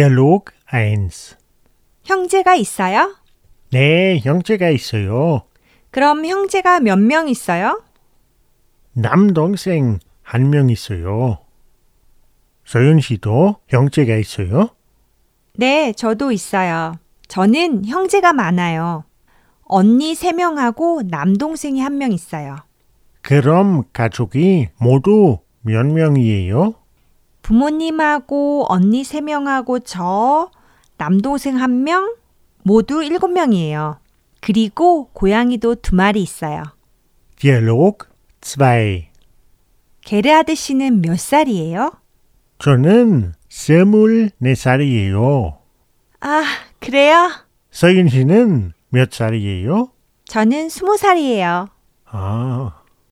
Dialog 1. 형제가 있어요? 네, 형제가 있어요. 그럼 형제가 몇 명 있어요? 남동생 한 명 있어요. 소윤 씨도 형제가 있어요? 네, 저도 있어요. 저는 형제가 많아요. 언니 세명하고 남동생이 한 명 있어요. 그럼 가족이 모두 몇 명이에요? 부모님하고 언니 세명하고저 남동생 한 명 모두 일곱 명이에요 그리고 고양이도 두 마리 있어요. Dialog 2. 게르하드 씨는 몇 살이에요? 저는 24살이에요. 아, 그래요? 서윤 씨는 몇 살이에요? 저는 스무 살이에요. 아,